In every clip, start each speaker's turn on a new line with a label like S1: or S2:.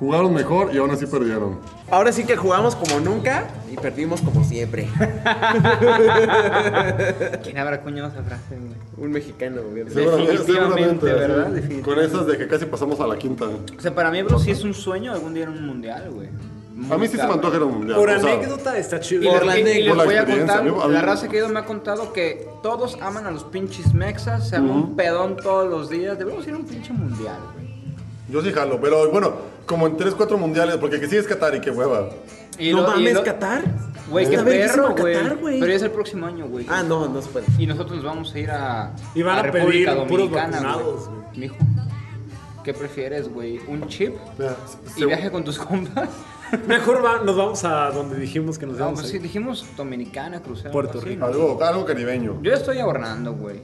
S1: Jugaron mejor y aún así perdieron.
S2: Ahora sí que jugamos como nunca y perdimos como siempre.
S3: ¿Quién habrá cuñado esa frase, güey?
S2: Un mexicano, obviamente.
S1: Seguramente,
S3: Definitivamente,
S1: seguramente.
S3: ¿verdad?
S1: Con esas de que casi pasamos a la quinta.
S3: O sea, para mí, bro, sí es un sueño algún día ir a un mundial, güey.
S1: A mí sí se me antoja ir a un mundial.
S4: Por
S1: o sea,
S4: anécdota está
S3: Y,
S4: chido.
S2: Por
S3: les-
S2: la
S3: y- y
S2: anécdota,
S3: les
S1: la
S3: voy a
S1: experiencia,
S3: contar,
S1: amigo, a mí-
S3: la raza que he ido me ha contado que todos aman a los pinches mexas, se arma un pedón todos los días. Debemos ir a un pinche mundial, güey.
S1: Yo sí jalo, pero bueno, como en 3, 4 mundiales, porque que sí es Qatar y que hueva.
S3: Y
S4: no
S3: lo- y
S4: mames,
S3: lo-
S4: Qatar.
S3: Güey, qué
S4: Está verguísima
S3: perro, güey.
S4: Qatar, güey.
S3: Pero ya es el próximo año, güey.
S2: Ah, no, no se puede.
S3: Y nosotros nos vamos a ir a,
S4: Y van a
S3: República
S4: pedir puros
S3: Dominicana,
S4: vacunados,
S3: güey. Mijo, ¿qué prefieres, güey? ¿Un chip?
S1: Mira,
S3: ¿Y viaje con tus compas?
S4: Mejor va- nos vamos a donde dijimos que nos
S3: No,
S4: íbamos
S3: pues
S4: a
S3: sí,
S4: ir.
S3: dijimos Dominicana, crucero.
S4: Puerto
S3: algo así,
S4: Rico.
S3: ¿no?
S1: Algo, algo caribeño.
S3: Yo ya estoy ahorrando, güey.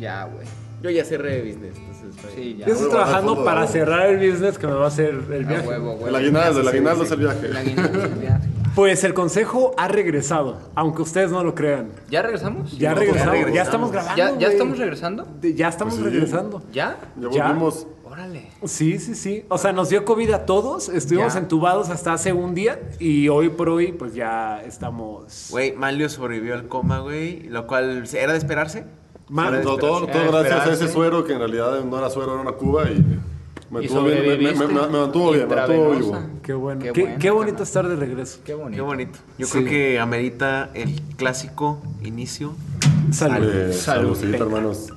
S3: Ya, güey.
S2: Yo ya cerré business, entonces. está bien.
S3: Sí, ya.
S4: Yo estoy
S1: Huevo, al
S4: trabajando
S1: fondo,
S4: para
S1: ¿no?
S4: cerrar el business que me va a hacer el
S3: A
S4: viaje.
S3: Ah, huevo, güey.
S1: El aguinaldo, el
S3: Sí,
S1: aguinaldo
S3: sí.
S1: es el viaje.
S3: El aguinaldo es el viaje.
S4: Pues el consejo ha regresado, aunque ustedes no lo crean.
S3: ¿Ya regresamos?
S4: Ya regresamos,
S1: regresamos.
S4: ya estamos grabando.
S3: ¿Ya, ya
S4: güey.
S3: estamos regresando?
S4: De- Ya estamos
S1: Pues sí.
S4: regresando.
S3: ¿Ya?
S1: Ya
S4: Ya.
S1: volvimos.
S3: Órale.
S4: Sí, sí, sí. O sea, nos dio COVID a todos, estuvimos
S3: Ya.
S4: entubados hasta hace un día y hoy por hoy pues ya estamos...
S2: Güey, Malio sobrevivió al coma, güey, lo cual era de esperarse.
S4: Ma-
S1: Todo- todo, todo
S3: Era de
S1: gracias a
S3: esperarse.
S1: ese suero que en realidad no era suero, era una cuba y me,
S3: Y
S1: tuvo bien, me, me-
S3: sobreviviste.
S1: me- me mantuvo bien, me mantuvo vivo.
S3: Intravenosa.
S4: Qué bueno. Qué,
S3: bueno,
S4: qué bonito
S3: carnal.
S4: estar de regreso.
S3: Qué bonito.
S2: Qué bonito. Yo
S4: Sí.
S2: creo que amerita el clásico inicio.
S4: Salud.
S1: Eh,
S3: Salud.
S1: saludcita, hermanos.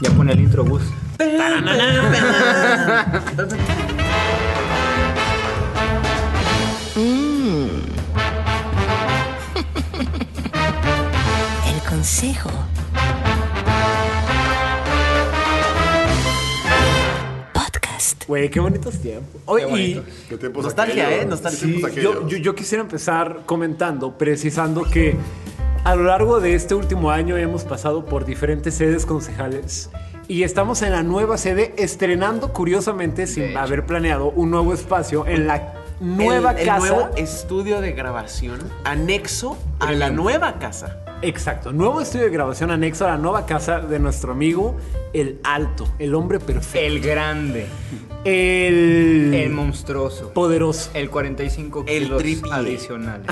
S3: Ya pone el intro bus.
S5: El consejo. Podcast.
S4: Güey, qué bonitos tiempos. Oye,
S3: Qué bonito.
S4: y-
S1: ¿Qué tiempos
S2: Nostalgia,
S1: aquellos?
S2: ¿eh? Nostalgia.
S1: ¿Qué
S4: Sí,
S1: tiempos
S4: yo,
S1: aquellos?
S4: yo- yo quisiera empezar comentando, precisando que a lo largo de este último año hemos pasado por diferentes sedes concejales y estamos en la nueva sede estrenando curiosamente sin
S3: hecho.
S4: haber planeado un nuevo espacio en la nueva
S2: el, el
S4: casa.
S2: nuevo eh. estudio de grabación anexo a la nueva casa.
S4: Exacto, nuevo estudio de grabación anexo a la nueva casa de nuestro amigo El Alto, el hombre perfecto,
S3: El grande.
S4: el,
S3: El monstruoso.
S4: poderoso.
S3: El 45
S2: El
S3: kilos
S2: triple.
S3: adicionales.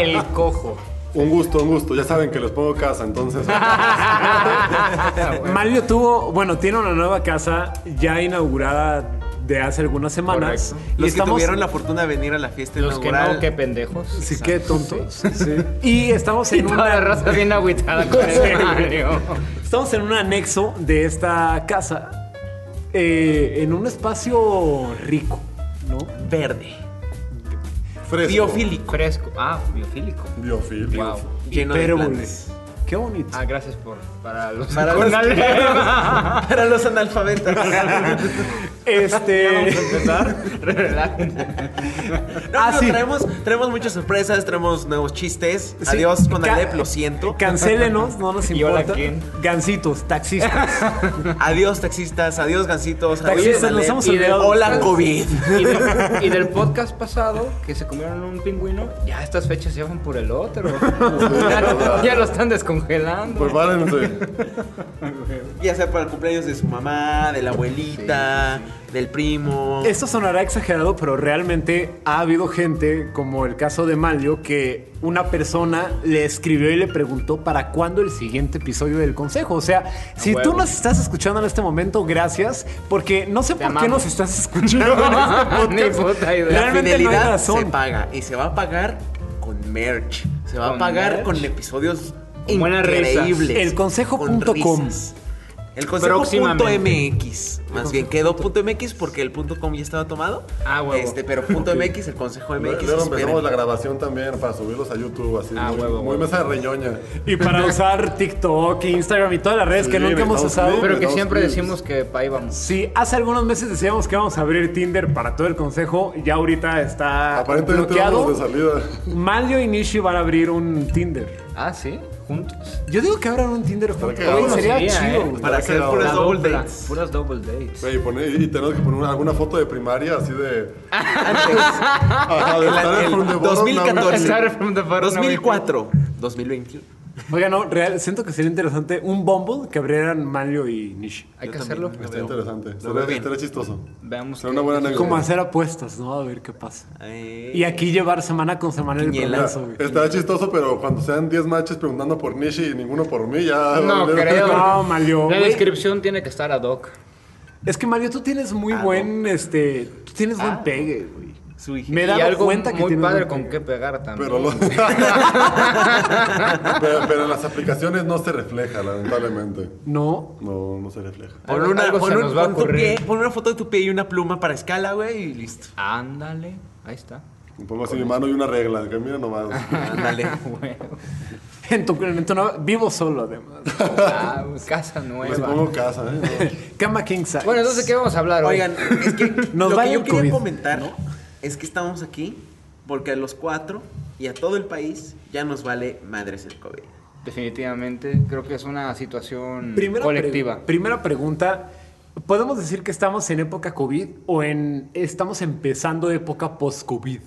S3: el cojo.
S1: Un gusto, un gusto. Ya saben que les pongo casa, entonces.
S4: Mario tuvo, bueno, tiene una nueva casa ya inaugurada de hace algunas semanas.
S3: Correcto.
S2: Los que tuvieron la fortuna de venir a la fiesta
S3: Los que no,
S2: inaugural.
S3: qué pendejos.
S4: Sí, qué tontos. sí. Y estamos
S3: Y
S4: en,
S3: toda la
S4: una,
S3: raza bien agüitada con
S4: Sí,
S3: el
S4: güey.
S3: Mario.
S4: estamos en un anexo de esta casa, eh, en un espacio rico, ¿no?
S2: Verde,
S1: Fresco.
S2: biofílico,
S3: Fresco. Ah, biofílico.
S1: Biofil.
S3: Wow.
S2: lleno
S4: Hipérbole.
S2: de plantas.
S4: Qué bonito.
S3: Ah, gracias por para los
S2: Para los- Para los analfabetas.
S4: Este.
S2: No,
S4: Ah,
S2: no,
S4: sí.
S2: traemos, traemos muchas sorpresas, traemos nuevos chistes.
S4: sí,
S2: Adiós con
S4: ca-
S2: Alep, lo siento.
S4: Cancélenos, no nos
S3: ¿Y ahora
S4: importa.
S3: quién?
S4: Gancitos, taxistas.
S2: Adiós taxistas, adiós gancitos,
S4: Taxistas,
S2: adiós
S4: nos
S2: Alep.
S4: hemos
S2: Y de-
S4: olvidado.
S2: Hola COVID.
S3: y, del, y del podcast pasado que se comieron un pingüino, ya estas fechas se van por el otro. ya, ya lo están descongelando.
S1: Pues Prepárense.
S2: Ya sea para el cumpleaños de su mamá, de la abuelita, del primo.
S4: Esto sonará exagerado, pero realmente ha habido gente, como el caso de Malio, que una persona le escribió y le preguntó para cuándo el siguiente episodio del consejo. O sea, si
S3: huevo.
S4: tú nos estás escuchando en este momento, gracias, porque no sé
S3: Te
S4: por qué
S3: amamos.
S4: nos estás escuchando en
S3: Ni
S4: este podcast.
S3: puta idea.
S2: la
S4: Realmente no hay
S2: fidelidad se
S4: razón.
S2: paga y se va a pagar con merch. Se va a
S3: Con
S2: pagar
S3: merch.
S2: con episodios
S3: Con buenas risas.
S2: increíbles.
S4: Elconsejo.com.
S2: Con risas. El
S3: Próximamente.
S2: consejo.mx. Más bien quedó punto .mx porque el punto .com ya estaba tomado.
S3: Ah, huevo.
S2: Este, pero punto .mx, el consejo MX.
S1: Luego empezamos
S2: esperen.
S1: la grabación también para subirlos a YouTube, así.
S3: Ah,
S1: muy,
S3: huevo,
S1: muy
S3: huevo.
S1: mesa de reñoña.
S4: Y para usar TikTok, Instagram y todas las redes que
S1: Sí,
S4: nunca hemos
S1: estamos
S4: usado.
S1: bien.
S3: Pero que
S1: Dos
S3: siempre
S1: clips.
S3: decimos que pa' ahí vamos.
S4: Sí, hace algunos meses decíamos que íbamos a abrir Tinder para todo el consejo. Ya ahorita
S3: Ah,
S4: está
S1: Aparentemente
S4: bloqueado.
S1: vamos de salida.
S4: Malio y Nishi van a abrir un Tinder.
S3: Ah, sí, juntos.
S4: Yo digo que abran un Tinder juntos.
S1: cagado.
S4: Oye, sería
S3: Sería,
S4: chido.
S3: ¿eh?
S4: güey.
S2: Para hacer puras
S3: La
S2: double
S3: dupla,
S2: dates.
S3: Puras double dates.
S1: Güey, pone- y tenemos que poner una- alguna foto de primaria, así de.
S2: Antes.
S1: Ajá, de
S2: El-
S1: estar
S2: el
S1: from the bottom,
S2: 2014.
S1: now we-
S3: Started from the bottom, now we-
S2: 2004. 2021.
S4: Oiga, no, real, siento que sería interesante un Bumble que abrieran Mario y Nishi.
S3: Hay
S2: Yo
S3: que
S2: también
S3: hacerlo.
S2: lo
S1: Está
S2: veo.
S1: interesante.
S2: Lo veo
S1: Estaría,
S2: bien.
S1: estaría chistoso.
S3: Veamos
S1: Será
S3: qué-
S1: una buena anécdota.
S4: Como hacer apuestas, ¿no? A ver qué pasa.
S2: Eh,
S4: Y aquí llevar semana con semana el
S2: Quiniela.
S4: progreso, güey.
S1: Estará chistoso, pero cuando sean 10 matches preguntando por Nishi y ninguno por mí, ya.
S3: No creo.
S4: No, Mario,
S3: La
S4: güey.
S3: descripción tiene que estar ad hoc.
S4: Es que Mario, tú tienes muy
S2: Ah,
S4: buen, este, tú tienes buen
S2: Ah.
S4: pegue, güey.
S2: su hija.
S4: Me he dado
S3: y algo
S4: cuenta que
S3: muy
S4: tienes
S3: padre
S4: buen
S3: con
S4: pegue.
S3: qué pegar también.
S1: Pero, lo- pero, pero en las aplicaciones no se refleja, lamentablemente.
S4: No,
S1: No, no se refleja.
S2: Pon una,
S3: Algo
S2: pon
S3: se
S2: un-
S3: nos va a
S2: pon tu
S3: ocurrir.
S2: pie- pon una foto de tu pie y una pluma para escala, güey, y listo.
S3: Ándale, ahí está.
S1: Pongo así mi mano y una regla. Que mira nomás.
S2: Ándale.
S3: Huevo.
S4: en tu, en tu no- vivo solo además.
S3: Ah, casa
S1: Les
S3: nueva.
S1: pongo casa, ¿eh?
S4: Cama king size.
S3: Bueno, entonces, ¿qué vamos a hablar hoy?
S2: Oigan, es que
S4: Nos
S2: lo
S4: va
S2: que
S4: el
S2: yo quería
S4: COVID,
S2: comentar es que estamos aquí porque a los cuatro y a todo el país ya nos vale madres el COVID.
S3: Definitivamente, creo que es una situación
S4: Primera
S3: Mm, colectiva.
S4: pre- primera pregunta. ¿Podemos decir que estamos en época COVID o en estamos empezando época post-COVID?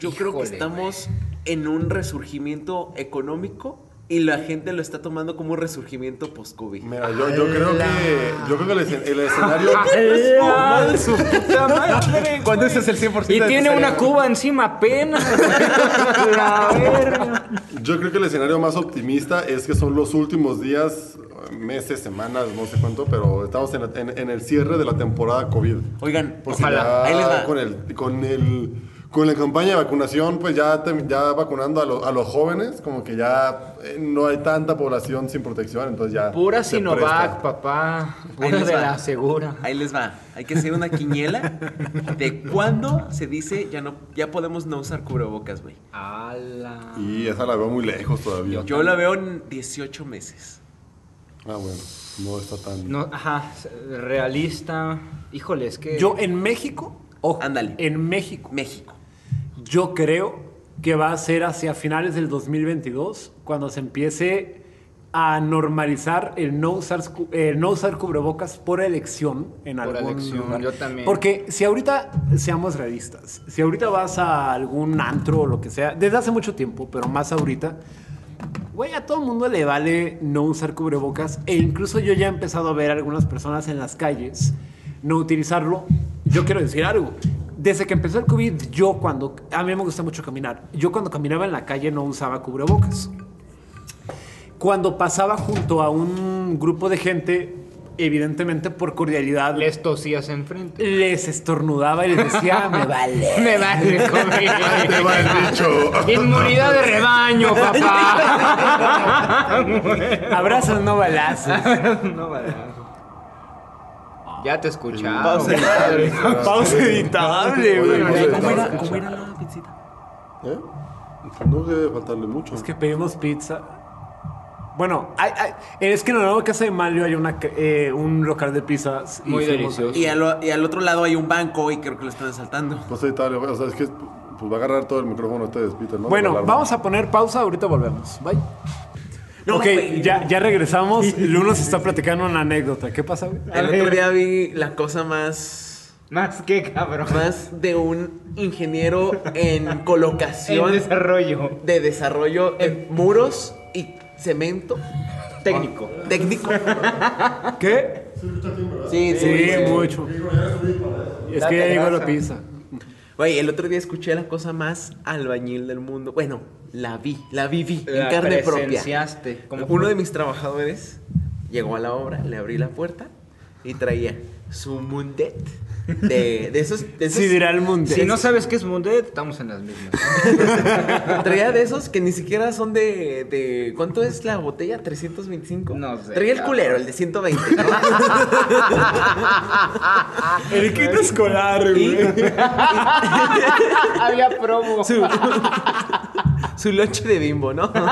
S2: Yo creo que
S3: Híjole,
S2: estamos en un resurgimiento económico y la gente lo está tomando como un resurgimiento post-COVID.
S1: Mira, yo, yo creo que. Yo creo que el, escen- el escenario.
S2: ¿Cuándo ese es el 100%
S3: Y
S2: de tu
S3: tiene una
S2: cerebro?
S3: cuba encima apenas. La verga.
S1: Yo creo que el escenario más optimista es que son los últimos días, meses, semanas, no sé cuánto, pero estamos en, la- en- en el cierre de la temporada COVID.
S2: Oigan,
S1: Porque
S2: ojalá.
S1: ya
S2: Ahí les
S1: Pues
S2: va.
S1: Con, el, con, el, con la campaña de vacunación, pues ya, te- ya vacunando a, lo- a los jóvenes, como que ya eh, no hay tanta población sin protección, entonces ya.
S3: Pura
S1: se
S3: Sinovac,
S1: presta.
S3: papá.
S2: Ahí
S3: Pura
S2: les
S3: de
S2: va.
S3: la segura.
S2: Ahí les va. Hay que hacer una quiniela de cuándo se dice ya no ya podemos no usar cubrebocas, güey.
S3: A la-
S1: Y esa la veo muy lejos todavía.
S2: Yo la veo en 18 meses.
S1: Ah, bueno, no está tan.
S3: No, ajá, realista. Híjole, es que.
S4: Yo en México, ojo,
S2: Ándale.
S4: en México,
S2: México.
S4: yo creo que va a ser hacia finales del 2022 cuando se empiece a normalizar el no usar, cu- el no usar cubrebocas por elección en
S3: Por
S4: algún
S3: elección,
S4: lugar.
S3: yo también.
S4: Porque si ahorita, seamos realistas, si ahorita vas a algún antro o lo que sea, desde hace mucho tiempo, pero más ahorita, Güey, a todo mundo le vale no usar cubrebocas e incluso yo ya he empezado a ver a algunas personas en las calles no utilizarlo. Yo quiero decir algo. Desde que empezó el COVID, yo cuando... A mí me gusta mucho caminar. Yo cuando caminaba en la calle no usaba cubrebocas. Cuando pasaba junto a un grupo de gente, evidentemente por cordialidad, les,
S3: Les tosías enfrente.
S4: estornudaba y les decía, me vale.
S3: Me vale conmigo.
S1: Ahí te va el dicho.
S3: Inmunidad de rebaño, papá.
S4: Abrazos, no balazos.
S3: No, vale. Ya te escuchamos.
S2: Pausa.
S3: padre.
S4: Pausa editable,
S1: Oye,
S4: güey.
S1: no, sí,
S2: Ah, Oye, ¿Cómo
S1: sí,
S2: era,
S1: sí.
S2: cómo era la pizzita?
S1: ¿Eh? No debe faltarle mucho.
S4: Es que pedimos pizza. Bueno, hay- hay- es que en la nueva casa de Mario hay una, ca- eh, un local de pizzas. y
S3: Muy
S4: fuimos-
S3: delicioso.
S2: Y, al o- y al otro lado hay un banco y creo que lo están asaltando.
S1: No sé, tal, o sea, es que pues va a agarrar todo el micrófono ustedes, Peter, ¿no?
S4: Bueno,
S1: La alarma.
S4: vamos a poner pausa, ahorita volvemos. Bye.
S2: No,
S4: ok,
S2: güey.
S4: ya, ya regresamos. Luno se está platicando una anécdota. ¿Qué pasa, güey?
S2: El otro día vi la cosa más.
S3: Más que cabrón.
S2: Más de un ingeniero en colocación
S3: En desarrollo.
S2: de desarrollo en muros y cemento Ah.
S3: Técnico.
S2: técnico.
S4: ¿Qué?
S2: Sí,
S4: Sí, mucho. Es que ya
S3: Date
S4: llegó la
S3: grasa.
S4: pizza.
S2: Güey, el otro día escuché la cosa más albañil del mundo. Bueno, la vi, la viví
S3: La
S2: en carne propia.
S3: presenciaste. Como-
S2: Uno de mis trabajadores llegó a la obra, le abrí la puerta y traía su mundet de, de esos, de esos-
S4: Sideral Mundet.
S3: Si no sabes qué es Mundet, estamos en las mismas.
S2: traía de esos que ni siquiera son de, de ¿cuánto es la botella? 325.
S3: No sé,
S2: Traía el
S3: cabrón.
S2: culero, el de 120. ¿no?
S4: Ah, El quinto escolar, güey.
S3: Había promo.
S2: su, su lonche de bimbo, ¿no?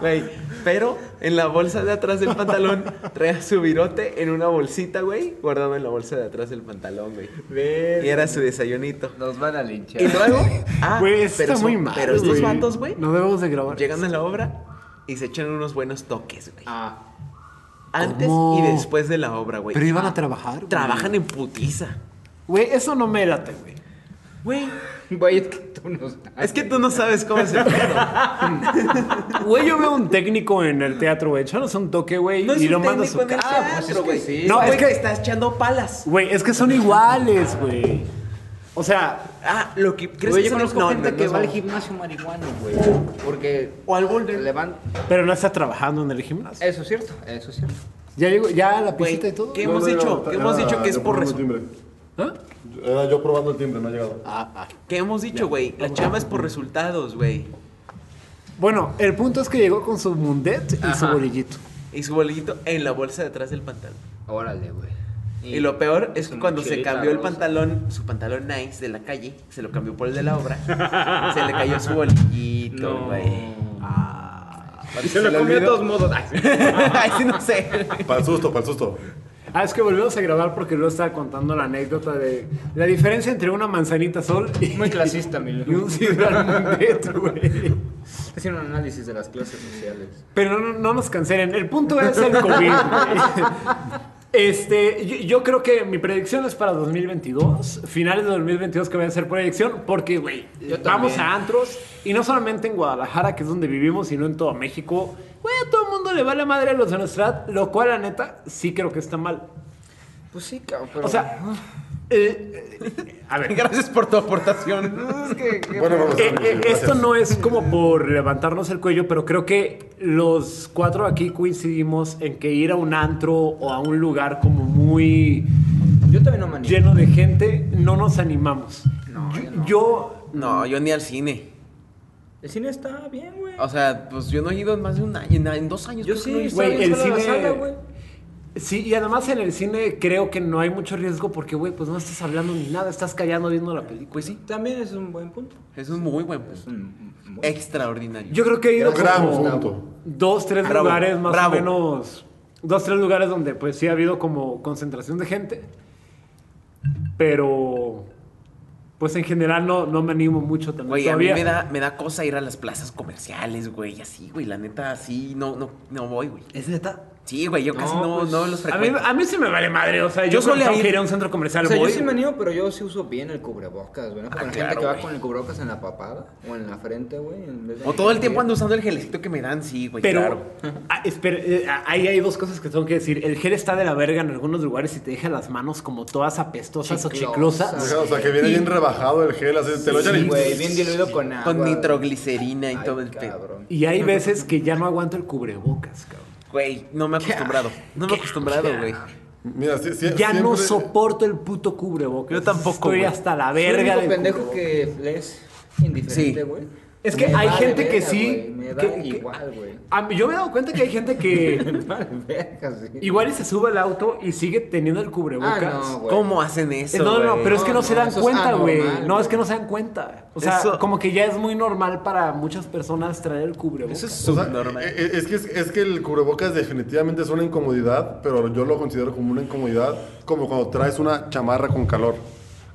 S2: Güey, pero en la bolsa de atrás del pantalón traía su virote en una bolsita, güey, guardado en la bolsa de atrás del pantalón, güey. Y era su desayunito.
S3: Nos van a linchar.
S2: Y luego, ah,
S4: Güey, esto
S2: pero,
S4: está
S2: son-
S4: muy mal.
S2: pero estos
S4: güey.
S2: vatos, güey,
S4: No debemos de grabar.
S2: llegan a la obra y se echan unos buenos toques, güey.
S3: Ah,
S2: Antes
S4: ¿cómo?
S2: y después de la obra, güey.
S4: Pero iban a trabajar. güey.
S2: Trabajan en putiza.
S4: Güey, eso no me late, güey.
S2: Güey,
S3: Güey, es que tú no
S4: Ah,
S3: sabes.
S2: es que tú no sabes cómo es el pedo.
S4: Güey, yo veo un técnico en el teatro, güey. Échanos un toque, güey.
S2: No es
S4: y
S2: un
S4: lo mando a
S2: técnico
S4: su
S2: en el
S4: casa.
S3: Ah, pues es
S2: teatro,
S3: que
S2: güey.
S3: sí.
S4: No,
S2: No,
S4: es
S2: es
S4: que-
S2: que estás echando palas.
S4: Güey, es que son iguales, güey. O sea,
S2: Ah, lo que crees
S3: Güey,
S2: que
S3: yo
S2: son-
S3: conozco
S2: no,
S3: gente
S2: no,
S3: que
S2: no,
S3: va
S2: no.
S3: al gimnasio marihuano, güey. Porque
S2: o al boulder.
S3: le van...
S4: pero no está trabajando en el gimnasio.
S3: Eso es cierto, eso es cierto.
S4: Ya llegó, ya la
S2: Güey,
S4: pisita y todo.
S2: ¿qué
S1: No,
S2: hemos
S1: no
S2: dicho?
S1: llegado,
S2: ¿Qué
S1: era
S2: hemos dicho
S1: yo
S2: que es por
S1: probando el
S2: res-
S1: timbre.
S4: ¿Ah?
S1: Era yo probando el timbre, no ha llegado.
S4: Ah, ah.
S2: ¿Qué hemos dicho, güey? La chamba es por resultados, güey.
S4: Bueno, el punto es que llegó con su mundet y su
S3: Ajá.
S4: bolillito.
S2: Y su bolillito en la bolsa detrás del pantalón.
S3: Órale, güey.
S2: Y, lo peor es que
S3: una
S2: cuando se
S3: mochilita
S2: cambió el
S3: rosa.
S2: pantalón, su pantalón nice de la calle, se lo cambió por el de la obra, se le cayó su bolillito,
S3: No.
S2: güey.
S3: Y se lo comió de todos modos. Ay.
S2: Ay, sí, no sé.
S1: Para el susto, para el susto.
S4: Ah, es que volvemos a grabar porque luego estaba contando la anécdota de la diferencia entre una manzanita sol y,
S3: Muy clasista, mi
S4: y un sidral mundet, güey.
S3: Haciendo un análisis de las clases sociales.
S4: Pero no, no nos cancelen. El punto es el COVID. güey. Este, yo, yo creo que mi predicción es para 2022, finales de 2022 que voy a hacer predicción, porque, güey,
S3: Yo
S4: vamos
S3: también.
S4: a antros y no solamente en Guadalajara, que es donde vivimos, sino en todo México. Güey, a todo el mundo le vale madre a los de nuestra edad, lo cual, la neta, sí creo que está mal.
S3: Pues sí, cabrón, pero...
S4: O sea, eh, eh, a ver,
S2: Gracias por tu aportación.
S3: es que... que-
S1: Bueno, vamos a
S4: Eh, eh, esto
S1: gracias.
S4: no es como por levantarnos el cuello, pero creo que los cuatro aquí coincidimos en que ir a un antro o a un lugar como muy
S3: Yo también no me animo.
S4: lleno de gente no nos animamos.
S3: No, yo
S4: yo,
S3: no.
S2: No, yo ni al cine.
S3: El cine está bien, güey.
S2: O sea, pues yo no he ido en más de un año, en, en dos años.
S3: Yo
S2: creo que
S3: sí,
S2: no he ido.
S3: estaba
S4: güey,
S3: bien
S4: el
S3: sola la
S4: cine-
S3: sala, güey.
S4: sí, y además en el cine creo que no hay mucho riesgo porque güey, pues no estás hablando ni nada, estás callando viendo la película.
S2: Pues sí,
S3: También es un buen punto.
S2: es un muy buen punto. Extraordinario.
S4: Yo creo que he ido
S1: Un gran
S4: como
S1: punto.
S4: dos, tres
S2: Bravo,
S4: lugares más
S2: bravo.
S4: o menos. Dos, tres lugares donde pues sí ha habido como concentración de gente. Pero pues en general no, no me animo mucho también.
S2: Güey, a mí
S4: Todavía-
S2: me da, me da cosa ir a las plazas comerciales, güey, así, güey, la neta, así, no, no, no voy, güey.
S4: ¿Es neta?
S2: Sí, güey, yo casi no,
S3: pues,
S2: no los
S4: A mí,
S2: frecuento.
S4: a mí sí me vale madre, o sea, yo,
S2: Yo
S4: solo
S2: solía
S4: tengo que
S2: ir-
S4: ir a un centro comercial
S3: O sea, yo
S4: voy.
S3: sí me animo, pero yo sí uso bien el cubrebocas, güey. ¿no? Como
S2: Ah,
S3: la
S2: claro,
S3: gente que va
S2: güey.
S3: con el cubrebocas en la papada o en la frente, güey. en vez de-
S2: O todo el tiempo ando usando el gelecito que me dan, sí, güey,
S4: Pero
S2: claro.
S4: ah, espera, eh, ah, ahí hay dos cosas que tengo que decir. El gel está de la verga en algunos lugares y te deja las manos como todas apestosas
S3: Chiclosas.
S4: o chiclosas.
S1: Ajá, O sea, que viene bien rebajado el gel, así te lo echan
S3: Sí,
S1: y-
S3: güey, bien diluido con agua.
S2: Con nitroglicerina y
S3: Ah, Ay,
S2: todo el pedo.
S3: cabrón.
S4: Y hay veces que ya no aguanto el cubrebocas, cabrón.
S2: Güey, no me he acostumbrado. No me he acostumbrado, güey.
S3: Ah,
S1: Mira, sí, sí,
S4: Ya no
S1: siempre-
S4: soporto el puto cubrebocas.
S2: Yo tampoco,
S4: Estoy
S2: güey.
S4: hasta la
S3: Soy el
S4: verga
S3: único
S4: del
S3: pendejo
S4: cubrebocas.
S3: que le es indiferente,
S2: Sí.
S3: güey.
S4: Es que
S3: Me
S4: hay
S3: vale
S4: gente que
S3: verga,
S4: sí.
S3: güey, Me da
S4: que- que-
S3: igual, güey.
S4: a mí- Ah, yo me he dado cuenta que hay gente que
S3: Me vale verga, sí.
S4: igual y se sube al auto y sigue teniendo el cubrebocas. Eh,
S3: Ah, no, güey.
S2: ¿Cómo hacen eso,
S4: no, no, no,
S2: güey?
S4: pero es que no,
S3: No,
S4: se
S3: no,
S4: dan
S3: eso es
S4: cuenta, güey.
S3: anormal,
S4: No, es
S3: güey.
S4: que no se dan cuenta. O sea,
S2: Eso-
S4: como que ya es muy normal para muchas personas traer el cubrebocas.
S2: Eso es
S1: O sea,
S2: subnormal.
S1: eh, eh, es, que, es, es que el cubrebocas definitivamente es una incomodidad, pero yo lo considero como una incomodidad, como cuando traes una chamarra con calor.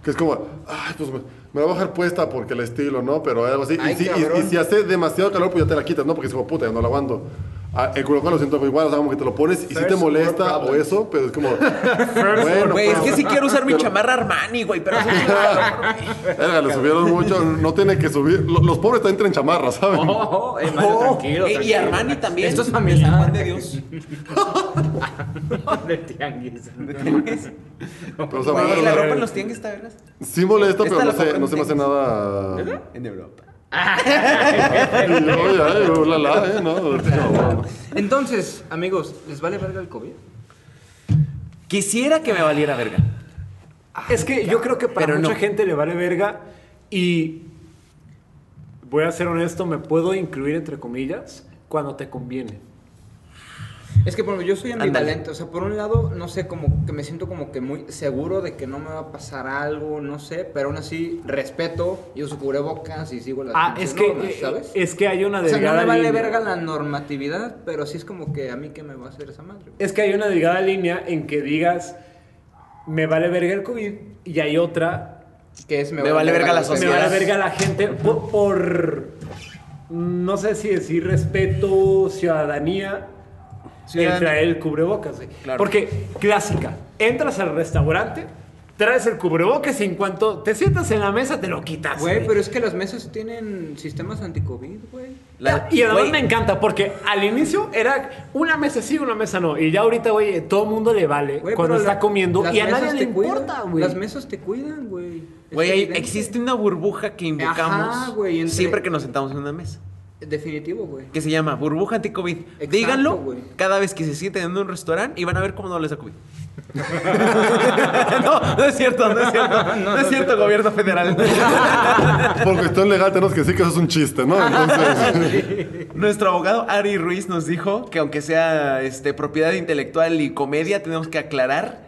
S1: Que es como, ay, pues me me la voy a dejar puesta porque el estilo, ¿no? Pero algo así.
S3: Ay,
S1: y, si, y-
S3: cabrón.
S1: y si hace demasiado calor, pues ya te la quitas, ¿no? Porque es como, puta, ya no la aguanto. Ah, el cubrebocas lo siento igual, o sea, como que te lo pones y si
S3: First
S1: te molesta
S3: world
S1: o eso, pero es como,
S3: eh,
S1: bueno, pues,
S2: Güey, es que
S1: pero-
S2: sí quiero usar mi
S1: pero-
S2: chamarra Armani, güey,
S3: Ah,
S2: pero hace mucho calor, güey.
S1: Verga, le subieron mucho, no tiene que subir. Lo- Los pobres también traen chamarras, ¿saben?
S3: Oh, eh, Mario,
S2: Oh,
S3: tranquilo,
S2: eh, Y
S3: tranquilo.
S2: Armani también.
S3: Esto es familiar.
S2: San Juan de Dios.
S3: De tianguis. Pues,
S1: Pero, o sea,
S2: Güey, la
S1: bueno,
S2: ropa en los tianguis está, ¿verdad?
S1: Sí molesta,
S2: Esta
S1: pero no
S2: la
S1: se,
S2: compran
S1: no se me hace
S2: en-
S1: nada.
S2: En Europa.
S1: Y yo, ay, ay, oh, la, la, eh, no, no.
S3: Entonces, amigos, ¿les vale verga el COVID?
S2: Quisiera que me valiera verga.
S4: Es que yo creo que para
S2: Pero
S4: mucha
S2: no.
S4: gente le vale verga y voy a ser honesto, me puedo incluir entre comillas cuando te conviene.
S3: Es que, por ejemplo, yo soy
S2: Ándale.
S3: ambivalente. O sea, por un lado, no sé, como que me siento como que muy seguro de que no me va a pasar algo, no sé, pero aún así respeto y uso cubrebocas y sigo las
S4: Ah,
S3: pinches
S4: es que
S3: normas,
S4: eh,
S3: ¿sabes?
S4: es que hay una
S3: o sea,
S4: delgada
S3: no me vale
S4: línea.
S3: verga la normatividad, pero sí es como que a mí que me va a hacer esa madre. güey.
S4: Es que hay una delgada línea en que digas me vale verga el COVID y hay otra
S3: Que es, me,
S2: Me vale verga la
S3: los
S4: me
S2: sociedad.
S4: vale
S3: demás.
S4: verga la gente por, por, no sé si decir respeto, ciudadanía, el
S2: Ciudadanía.
S4: traer el cubrebocas. güey.
S2: Claro.
S4: Porque clásica, entras al restaurante traes el cubrebocas y en cuanto te sientas en la mesa te lo quitas.
S3: Güey, pero es que las mesas tienen sistemas anticovid, güey.
S2: La-
S4: y además
S2: güey,
S4: me encanta porque al inicio era una mesa sí, una mesa no. Y ya ahorita, güey, todo el mundo le vale
S3: Güey,
S4: cuando
S3: pero
S4: está
S3: la-
S4: comiendo
S3: las
S4: y a
S3: mesas
S4: nadie le
S3: te cuidan,
S4: importa, güey.
S3: Las mesas te cuidan, güey. Es
S2: Güey, hay-
S3: evidente.
S2: existe una burbuja que invocamos
S3: Ajá, güey, entre-
S2: siempre que nos sentamos en una mesa.
S3: Definitivo, güey.
S2: Que se llama burbuja anti-COVID.
S3: Exacto,
S2: Díganlo
S3: güey.
S2: cada vez que se sienten en un restaurante y van a ver cómo no les da COVID. no, no es cierto, no es cierto. No, es cierto, gobierno federal.
S1: Por cuestión legal tenemos que decir que eso es un chiste, ¿no? Entonces,
S2: Nuestro abogado Ari Ruiz nos dijo que aunque sea este, propiedad intelectual y comedia, tenemos que aclarar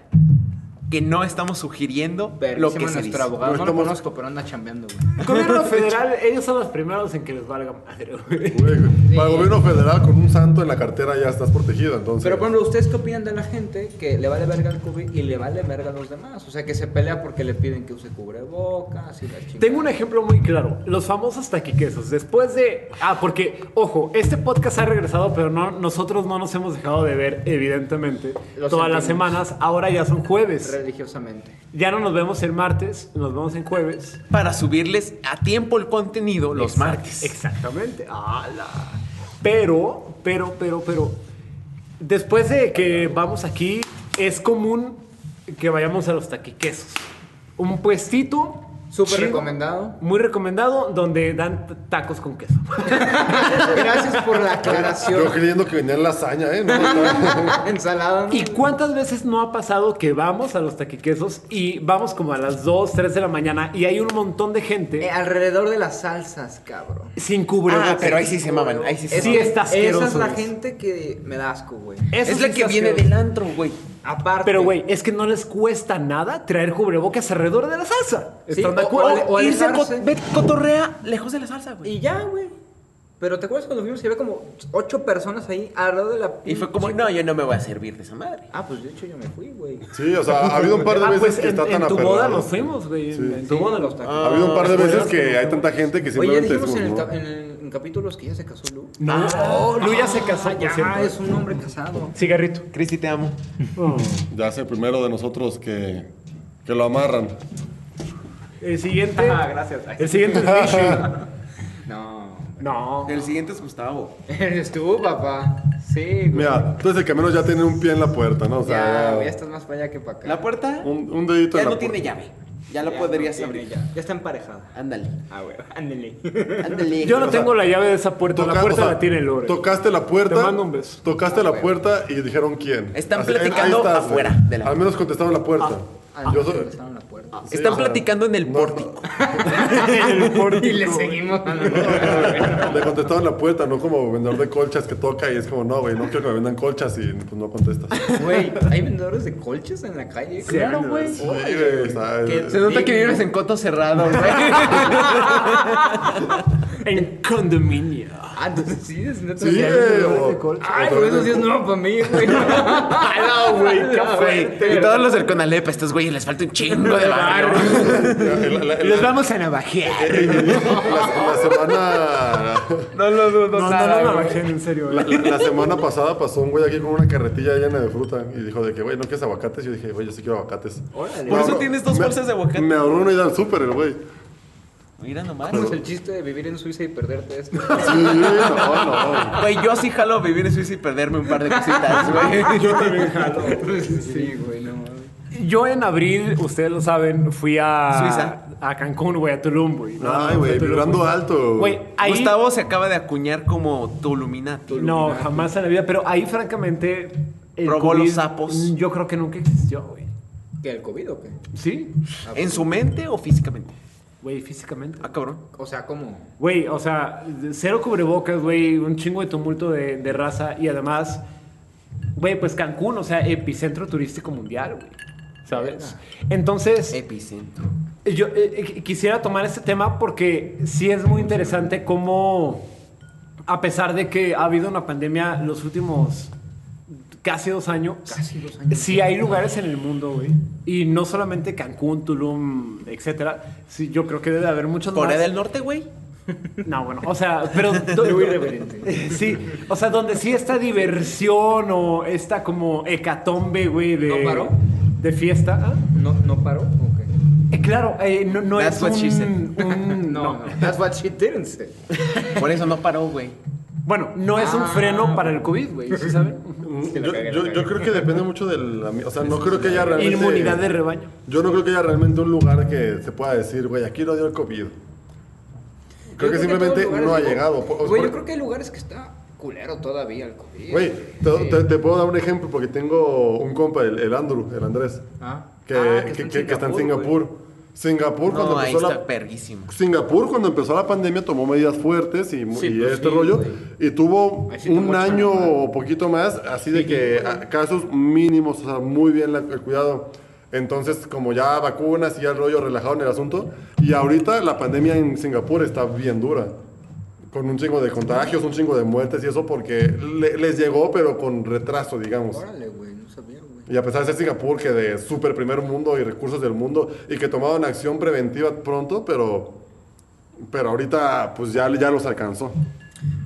S2: que no estamos sugiriendo lo que
S3: Verguísima
S2: se
S3: nuestro
S2: dice.
S3: abogado. No, lo
S1: Estamos-
S3: conozco, pero anda chambeando, güey.
S4: El gobierno federal, ellos son los primeros en que les valga madre, güey.
S1: güey, para el gobierno federal con un santo en la cartera ya estás protegido, entonces.
S3: Pero, por ejemplo, ¿ustedes qué opinan de la gente que le vale verga el COVID y le vale verga a los demás? O sea, que se pelea porque le piden que use cubrebocas y la chingada.
S4: Tengo un ejemplo muy claro. Los famosos taquiquesos. Después de. Ah, porque, ojo, este podcast ha regresado, pero no, nosotros no nos hemos dejado de ver, evidentemente.
S3: Lo
S4: todas las
S3: sentimos.
S4: semanas. Ahora ya son jueves.
S3: Religiosamente.
S4: Ya no nos vemos el martes, nos vemos en jueves.
S2: Para subirles a tiempo el contenido los
S4: Exact-
S2: martes.
S4: Exactamente. ¡Hala! Pero, pero, pero, pero. Después de que vamos aquí, es común que vayamos a los taquiquesos. Un puestito.
S3: Súper
S4: chido,
S3: recomendado.
S4: Muy recomendado, donde dan t- tacos con queso.
S3: Gracias por la
S1: Yo
S3: aclaración.
S1: creyendo que venían lasaña, ¿eh? No,
S3: Ensalada. ¿no?
S4: ¿Y cuántas veces no ha pasado que vamos a los taquiquesos y vamos como a las 2, 3 de la mañana y hay un montón de gente
S3: Eh, alrededor de las salsas, cabrón.
S4: sin cubrebocas?
S2: Ah, pero ahí sí se maman, ahí sí se
S4: Es-
S2: maman.
S4: Sí está asqueroso
S3: Esa es la
S4: eso.
S3: gente que me da asco, güey.
S4: Eso
S2: Es
S4: sí
S2: la
S4: está
S2: que viene
S4: asqueroso.
S2: del antro, güey.
S3: Aparte.
S4: Pero, güey, es que no les cuesta nada traer cubrebocas alrededor de la salsa.
S3: Sí,
S4: ¿Están de
S3: o-
S4: acuerdo?
S3: o- o-
S2: Irse a
S3: alejarse.
S2: co- ve- cotorrea lejos de la salsa, güey.
S3: Y ya, güey. Pero ¿te acuerdas cuando fuimos que había como ocho personas ahí alrededor de la...
S2: Y fue como, no, yo no me voy a servir de esa madre.
S3: Ah, pues de hecho yo me fui, güey.
S1: Sí, o sea, ha habido un par de
S4: Ah,
S1: veces
S4: pues,
S1: que
S4: en,
S1: está tan
S4: en tu
S1: aperrado.
S4: boda nos fuimos, güey. en- En tu
S3: Sí,
S4: boda
S3: los
S4: nos
S3: tacos.
S1: Ha habido un par de
S4: Ah,
S1: veces
S4: pues,
S1: que
S4: ya
S1: hay
S4: nos
S1: tanta gente que
S3: Oye, ya
S1: simplemente
S3: dijimos
S1: es
S3: en el,
S1: como,
S3: cap- en el- en capítulos que ya se casó Lu.
S4: No, Lu ya se casó,
S3: Ah,
S4: por cierto.
S3: ya, es un hombre casado.
S4: Cigarrito.
S2: Cristi, te amo.
S1: Ya sé, primero de nosotros que, que lo amarran.
S4: El siguiente.
S3: Ah, gracias.
S4: El siguiente es Rishi.
S3: No.
S4: No.
S2: El siguiente es Gustavo.
S3: Eres tú, papá. Sí, güey.
S1: Mira, entonces el que menos ya tiene un pie en la puerta, ¿no? O sea,
S3: ya, güey, ya estás más para allá que para acá.
S2: La puerta
S1: un, un dedito
S2: ya
S1: en la
S2: no tiene
S1: puerta.
S2: llave. Ya la
S3: Ya
S2: podrías
S3: no tiene,
S2: abrir.
S3: Ya. ya está emparejada.
S2: Ándale.
S3: Ah, güey, ándele.
S2: Ándale.
S4: Yo no
S1: O sea,
S4: tengo la llave de esa puerta.
S1: Toca-
S4: la puerta
S1: o sea,
S4: la tiene el oro.
S1: Tocaste la puerta.
S4: Te mando un beso.
S1: Tocaste la puerta y dijeron quién.
S2: Ah, Están
S1: Así, ahí-
S2: platicando
S1: ahí estás,
S2: afuera
S1: güey.
S2: de la-
S1: Al menos contestaron la puerta.
S3: Ah,
S1: Yo
S3: no,
S1: soy-
S3: estaban en la puerta.
S1: sí,
S2: Están
S1: o sea,
S2: platicando en el
S1: no,
S2: pórtico.
S3: y le seguimos.
S1: Le contestaron la puerta, no como vendedor de colchas que toca y es como, no, güey, no quiero que me vendan colchas y pues no contestas.
S3: Ah, Güey, ¿hay vendedores de colches en la calle?
S4: Claro, güey.
S1: Sí, güey, o sea,
S3: Que-
S2: Se nota que vives en coto cerrado, güey.
S4: En condominio.
S3: Ah, entonces sí, es neta.
S1: Sí, güey, o- Ah,
S3: Ay,
S1: o-
S3: pero eso sí es nuevo para mí, güey. Ah,
S4: No, güey. Qué
S2: Güey, Y todos los del Conalep, a estos güeyes les falta un chingo de barro.
S1: la- la- la-
S4: Los vamos a navajear.
S1: la- la semana
S2: No lo dudo
S4: No, no, no navajean, en serio.
S1: La,
S4: güey.
S1: la- la semana pasada pasó un güey aquí con una carretilla llena de fruta y dijo de que, güey, ¿no quieres aguacates? Yo dije, güey, yo sí quiero aguacates.
S3: Órale.
S1: Me
S2: Por eso
S1: ahorró-
S2: tienes dos
S1: me-
S2: bolsas de aguacate.
S1: Me ahorró una ida al súper, el güey.
S2: Mira nomás.
S3: ¿Cómo es el chiste de vivir en Suiza y perderte esto?
S1: Sí, no, no.
S2: Güey, yo sí jalo a vivir en Suiza y perderme un par de cositas, güey. Yo también
S1: ah,
S2: jalo.
S3: sí, güey, no mames.
S4: Yo en abril, ustedes lo saben, fui a.
S2: Suiza.
S4: A Cancún, güey, a Tulum, güey. No,
S1: Ay, güey,
S4: a Tulum,
S1: vibrando
S4: güey.
S1: alto.
S4: Güey, ahí.
S2: Gustavo se acaba de acuñar como Tuluminato.
S4: No, jamás en la vida, pero ahí, francamente. el
S2: Probó los sapos.
S4: Yo creo que nunca existió, güey.
S3: ¿Qué, el COVID o qué?
S4: ¿Sí?
S2: Ah, ¿En su mente o físicamente?
S4: Güey, físicamente.
S2: Ah, cabrón.
S3: O sea, ¿cómo?
S4: Güey, o sea, cero cubrebocas, güey, un chingo de tumulto de, de raza y además, güey, pues Cancún, o sea, epicentro turístico mundial, güey. ¿Sabes? Entonces.
S2: Epicentro.
S4: Yo eh, eh, quisiera tomar este tema porque sí es muy interesante cómo, a pesar de que ha habido una pandemia los últimos casi dos años,
S3: Casi dos años.
S4: sí hay lugares en el mundo, güey. Y no solamente Cancún, Tulum, etcétera. Sí, yo creo que debe haber muchos
S2: Corea
S4: más.
S2: del Norte, güey.
S4: No, bueno, o sea, pero... do-
S3: Muy irreverente.
S4: sí, o sea, donde sí esta diversión o esta como hecatombe, güey, de...
S3: ¿No paró?
S4: de fiesta. ¿ah?
S3: ¿No, no paró? Ok.
S4: Eh, claro, eh, no, no
S2: That's
S4: es
S2: what
S4: un-
S2: she said.
S4: un-
S3: No,
S4: no.
S3: no. That's what she didn't say.
S2: Por eso no paró, güey.
S4: Bueno, no es un
S3: Ah.
S4: freno para el COVID, güey, ¿sí saben?
S3: que la
S1: yo,
S3: cagué, la
S1: yo-
S3: cagué.
S1: yo creo que depende mucho del... ami- O sea, no creo que haya realmente...
S4: Inmunidad de rebaño.
S1: Yo no creo que haya realmente un lugar que se pueda decir, güey, aquí no dio el COVID. Creo que
S3: Yo en todos
S1: simplemente
S3: lugares,
S1: no ha
S3: digo,
S1: llegado. Por-
S3: Güey, yo
S1: por-
S3: creo que hay lugares que está culero todavía el COVID.
S1: Güey, te,
S3: Sí.
S1: te- te puedo dar un ejemplo porque tengo un compa, el, el Andrew, el Andrés,
S3: Ah.
S1: que,
S3: Ah,
S1: que- que- que está en Singapur.
S3: güey.
S1: Singapur, cuando
S2: No, ahí
S1: empezó
S2: está
S1: la,
S2: perguísimo.
S1: Singapur cuando empezó la pandemia tomó medidas fuertes y,
S3: Sí,
S1: y
S3: pues
S1: este
S3: sí,
S1: rollo
S3: güey.
S1: y tuvo
S3: Ahí sí tomó
S1: un
S3: chamba.
S1: año o poquito más así de que a- casos mínimos, o sea, muy bien la- el cuidado. Entonces, como ya vacunas y ya el rollo relajado en el asunto y ahorita la pandemia en Singapur está bien dura. Con un chingo de contagios, un chingo de muertes y eso porque le- les llegó pero con retraso, digamos.
S3: Órale, güey, no sabía, güey.
S1: Y a pesar de ser Singapur, que de super primer mundo y recursos del mundo, y que tomaron acción preventiva pronto, pero, pero ahorita pues ya, ya los alcanzó.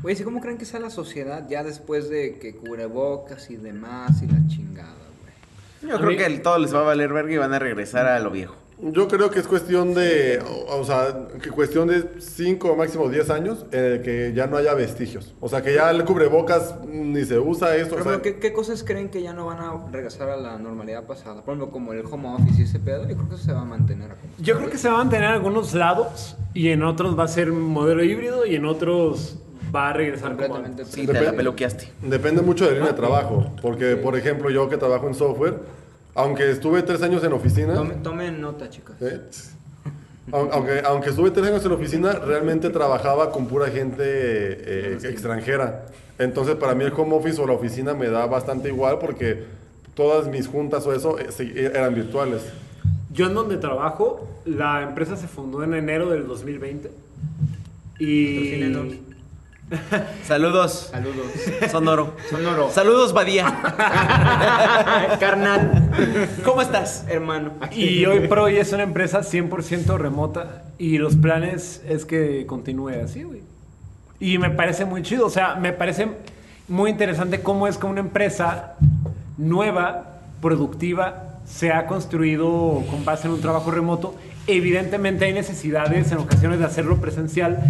S3: Güey, ¿sí ¿cómo creen que sea la sociedad ya después de que cubrebocas y demás y la chingada, güey?
S2: Yo creo que el- todo les va a valer verga y van a regresar a lo viejo.
S1: Yo creo que es cuestión de, o, o sea, que cuestión de 5 o máximo 10 años en el que ya no haya vestigios. O sea, que ya el cubrebocas ni se usa eso.
S3: Por
S1: o sea,
S3: ejemplo, ¿qué, qué cosas creen que ya no van a regresar a la normalidad pasada? Por ejemplo, como el home office y ese pedo, yo creo que eso se va a mantener. como
S4: Yo creo que se va a mantener en algunos lados y en otros va a ser modelo híbrido y en otros va a regresar como
S3: completamente.
S4: antes.
S2: Sí, te la peluqueaste.
S1: Depende mucho de la línea de trabajo. Porque, por ejemplo, yo que trabajo en software, aunque estuve 3 años en oficina...
S3: Tomen, tomen nota, chicas.
S1: ¿Eh? Au- Aunque, aunque estuve tres años en la oficina, realmente trabajaba con pura gente eh, extranjera. Entonces, para mí el home office o la oficina me da bastante igual porque todas mis juntas o eso eh, se- eran virtuales.
S4: Yo en donde trabajo, la empresa se fundó en enero del 2020
S3: Patrocínenos.
S4: y...
S2: Saludos.
S3: Saludos.
S2: Sonoro.
S3: Sonoro.
S2: Saludos, Badía.
S3: Carnal,
S2: ¿Cómo estás?
S3: hermano.
S4: Y hoy por hoy es una empresa 100% remota y los planes es que continúe así, güey. Y me parece muy chido, o sea, me parece muy interesante cómo es que una empresa nueva, productiva, se ha construido con base en un trabajo remoto. Evidentemente hay necesidades en ocasiones de hacerlo presencial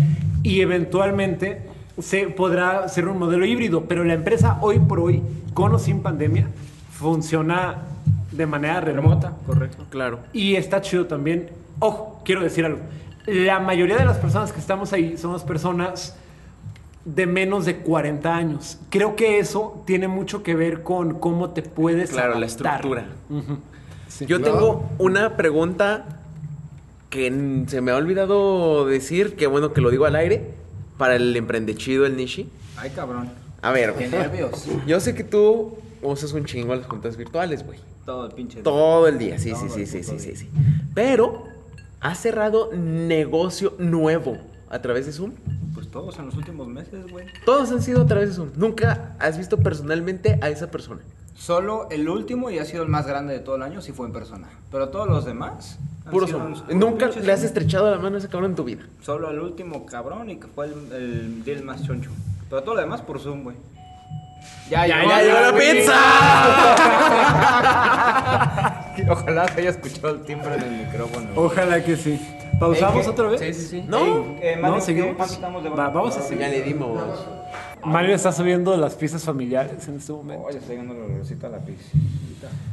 S4: y eventualmente se podrá ser un modelo híbrido, pero la empresa hoy por hoy, con o sin pandemia, funciona de manera remota.
S3: Correcto.
S2: Claro.
S4: Y está chido también. Ojo, quiero decir algo. La mayoría de las personas que estamos ahí somos personas de menos de 40 años. Creo que eso tiene mucho que ver con cómo te puedes
S2: Claro, la
S4: adaptar.
S2: estructura.
S4: Ujú. Sí.
S2: Yo
S1: Claro.
S2: tengo una pregunta que n- se me ha olvidado decir, que bueno que lo digo al aire, para el emprendechido, el Nishi.
S3: Ay, cabrón.
S2: A ver,
S3: Qué
S2: güey.
S3: nervios.
S2: Yo sé que tú usas un chingo las juntas virtuales, güey.
S3: Todo el pinche.
S2: Todo el día, sí, sí,
S3: Todo
S2: sí,
S3: el
S2: sí, sí,
S3: puto
S2: sí,
S3: día.
S2: sí. Pero, ¿has cerrado negocio nuevo a través de Zoom?
S3: Pues todos en los últimos meses, güey.
S2: Todos han sido a través de Zoom. Nunca has visto personalmente a esa persona.
S3: Solo el último y ha sido el más grande de todo el año, sí fue en persona. Pero todos los demás. han
S2: Puro
S3: sido
S2: Zoom.
S3: un-
S2: Nunca
S3: pinche
S2: le has
S3: Zoom.
S2: estrechado la mano a ese cabrón en tu vida.
S3: Solo al último cabrón y que fue el, el deal más choncho. Pero todo lo demás por Zoom, güey. Ya,
S4: Ya,
S3: llegó
S4: ya llegó la
S3: güey.
S2: pizza.
S3: Ojalá se haya escuchado el timbre del micrófono.
S4: Ojalá que sí. ¿Pausamos
S3: Ey, ¿qué?
S4: otra vez?
S3: Sí, sí, sí.
S2: No.
S3: Ey, eh, Mario,
S4: no,
S3: ¿qué-
S4: seguimos.
S3: cuánto estamos de
S4: Va,
S3: bajo?
S4: vamos a seguir.
S2: Ya le dimos.
S4: Mario está subiendo las piezas familiares en este momento.
S3: Oye, Oh, está llegando la olorcita a la pizza.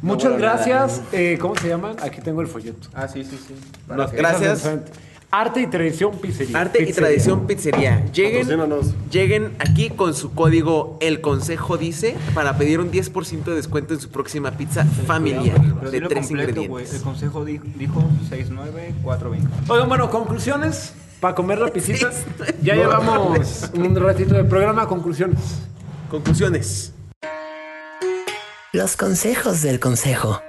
S4: Muchas
S2: bueno,
S4: gracias. Eh, ¿Cómo se llaman? Aquí tengo el folleto.
S3: Ah, sí, sí, sí.
S2: Nos- gracias.
S4: Esas enfrente. Arte y tradición pizzería.
S2: Arte y
S4: Pizzería.
S2: tradición pizzería. Lleguen,
S1: Patrocínanos.
S2: lleguen aquí con su código El Consejo Dice para pedir un 10% de descuento en su próxima pizza familiar
S3: Pero
S2: de
S3: dilo
S2: tres
S3: completo, güey. El
S2: ingredientes.
S3: consejo di- dijo 6945.
S4: Oigan, bueno, conclusiones para comer la piscita.
S2: Sí,
S4: Ya
S2: no
S4: llevamos un ratito de programa. Conclusiones.
S2: Conclusiones.
S5: Los consejos del consejo.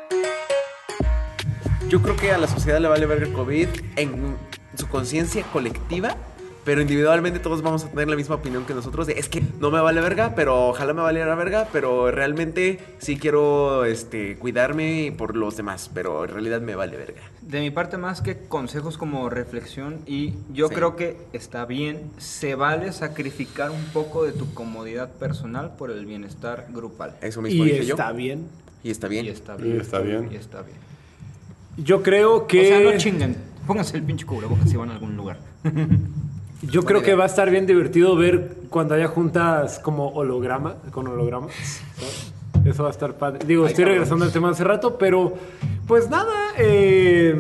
S2: Yo creo que a la sociedad le vale verga el COVID en su conciencia colectiva, pero individualmente todos vamos a tener la misma opinión que nosotros de es que no me vale verga, pero ojalá me valiera verga, pero realmente sí quiero este cuidarme por los demás, pero en realidad me vale verga.
S3: De mi parte, más que consejos como reflexión, y yo
S2: Sí.
S3: creo que está bien, se vale sacrificar un poco de tu comodidad personal por el bienestar grupal.
S2: Eso mismo dije yo.
S4: bien.
S2: Y está bien.
S3: Y está
S1: Y
S3: bien.
S1: está bien.
S3: Y está bien.
S4: Yo creo que.
S3: O sea, no chinguen. Pónganse el pinche cubrebocas si van a algún lugar.
S4: Yo creo
S3: idea.
S4: que va a estar bien divertido ver cuando haya juntas como holograma, con hologramas. ¿sabes? Eso va a estar padre. Digo,
S3: Ay,
S4: estoy
S3: cabrón.
S4: regresando al tema hace rato, pero pues nada, eh,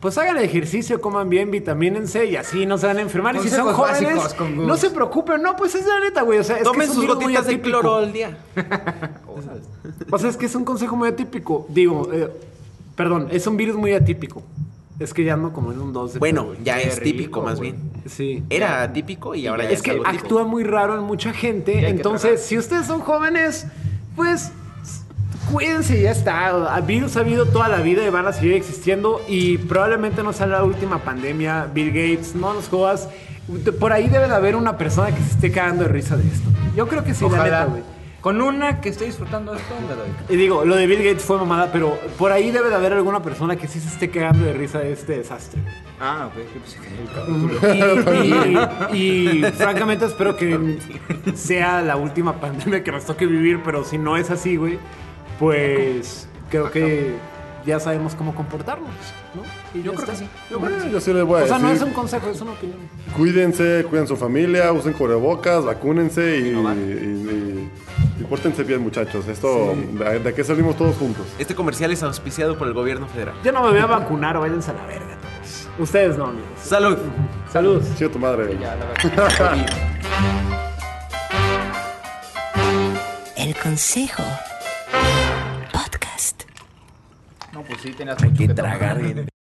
S4: pues hagan ejercicio, coman bien, vitamínense y así no se van a enfermar. Y si son
S3: Consejos
S4: jóvenes,
S3: básicos con Gus.
S4: no se preocupen. No, pues es la neta, güey. O sea, es que
S2: Tomen
S4: es un
S2: sus
S4: virus muy
S2: gotitas de
S4: atípico.
S2: cloro al día.
S4: O sea, es que es un consejo muy atípico. Digo, eh, perdón, es un virus muy atípico. Es que ya ando como en un 2 de
S2: Bueno, ya
S3: Qué
S2: es típico,
S3: rico,
S2: más
S3: güey.
S2: bien.
S4: Sí.
S2: Era atípico y ahora ya
S4: es que
S2: algo típico.
S4: actúa muy raro en mucha gente.
S3: que tragar.
S4: Entonces, si ustedes son jóvenes, pues s- cuídense y ya está. A Virus ha habido toda la vida y van a seguir existiendo. Y probablemente no sea la última pandemia. Bill Gates, no nos jodas. Por ahí debe de haber una persona que se esté cagando de risa de esto. Yo creo que sí, la
S3: Ojalá.
S4: neta, güey.
S3: Con una que estoy disfrutando esto, me doy.
S4: Y digo, lo de Bill Gates fue mamada, pero por ahí debe de haber alguna persona que sí se esté cagando de risa de este desastre.
S3: Ah, ok. Yo pensé que-
S4: Y, y- y, francamente espero que sea la última pandemia que nos toque vivir, pero si no es así, güey, pues creo que ya sabemos cómo comportarnos, ¿no? Y
S3: Yo
S4: ya
S3: creo que
S4: está.
S3: sí.
S4: Yo creo que sí.
S1: Yo sí les voy a
S4: O sea, no
S1: decir,
S4: es un consejo, es una opinión.
S1: cuídense, cuiden su familia, usen cubrebocas, vacúnense y, y- y- y pórtense bien, muchachos. Esto, de, de aquí salimos todos juntos.
S2: Este comercial es auspiciado por el gobierno federal.
S4: Yo no me voy a vacunar, váyanse a la verga todos. Ustedes no, amigos.
S2: Salud.
S4: Salud.
S1: Chido tu madre.
S3: Ya, la verdad. Oye,
S5: El consejo. Podcast.
S3: No, pues sí, tenías mucho
S2: Que
S3: tomar.
S2: tragar bien.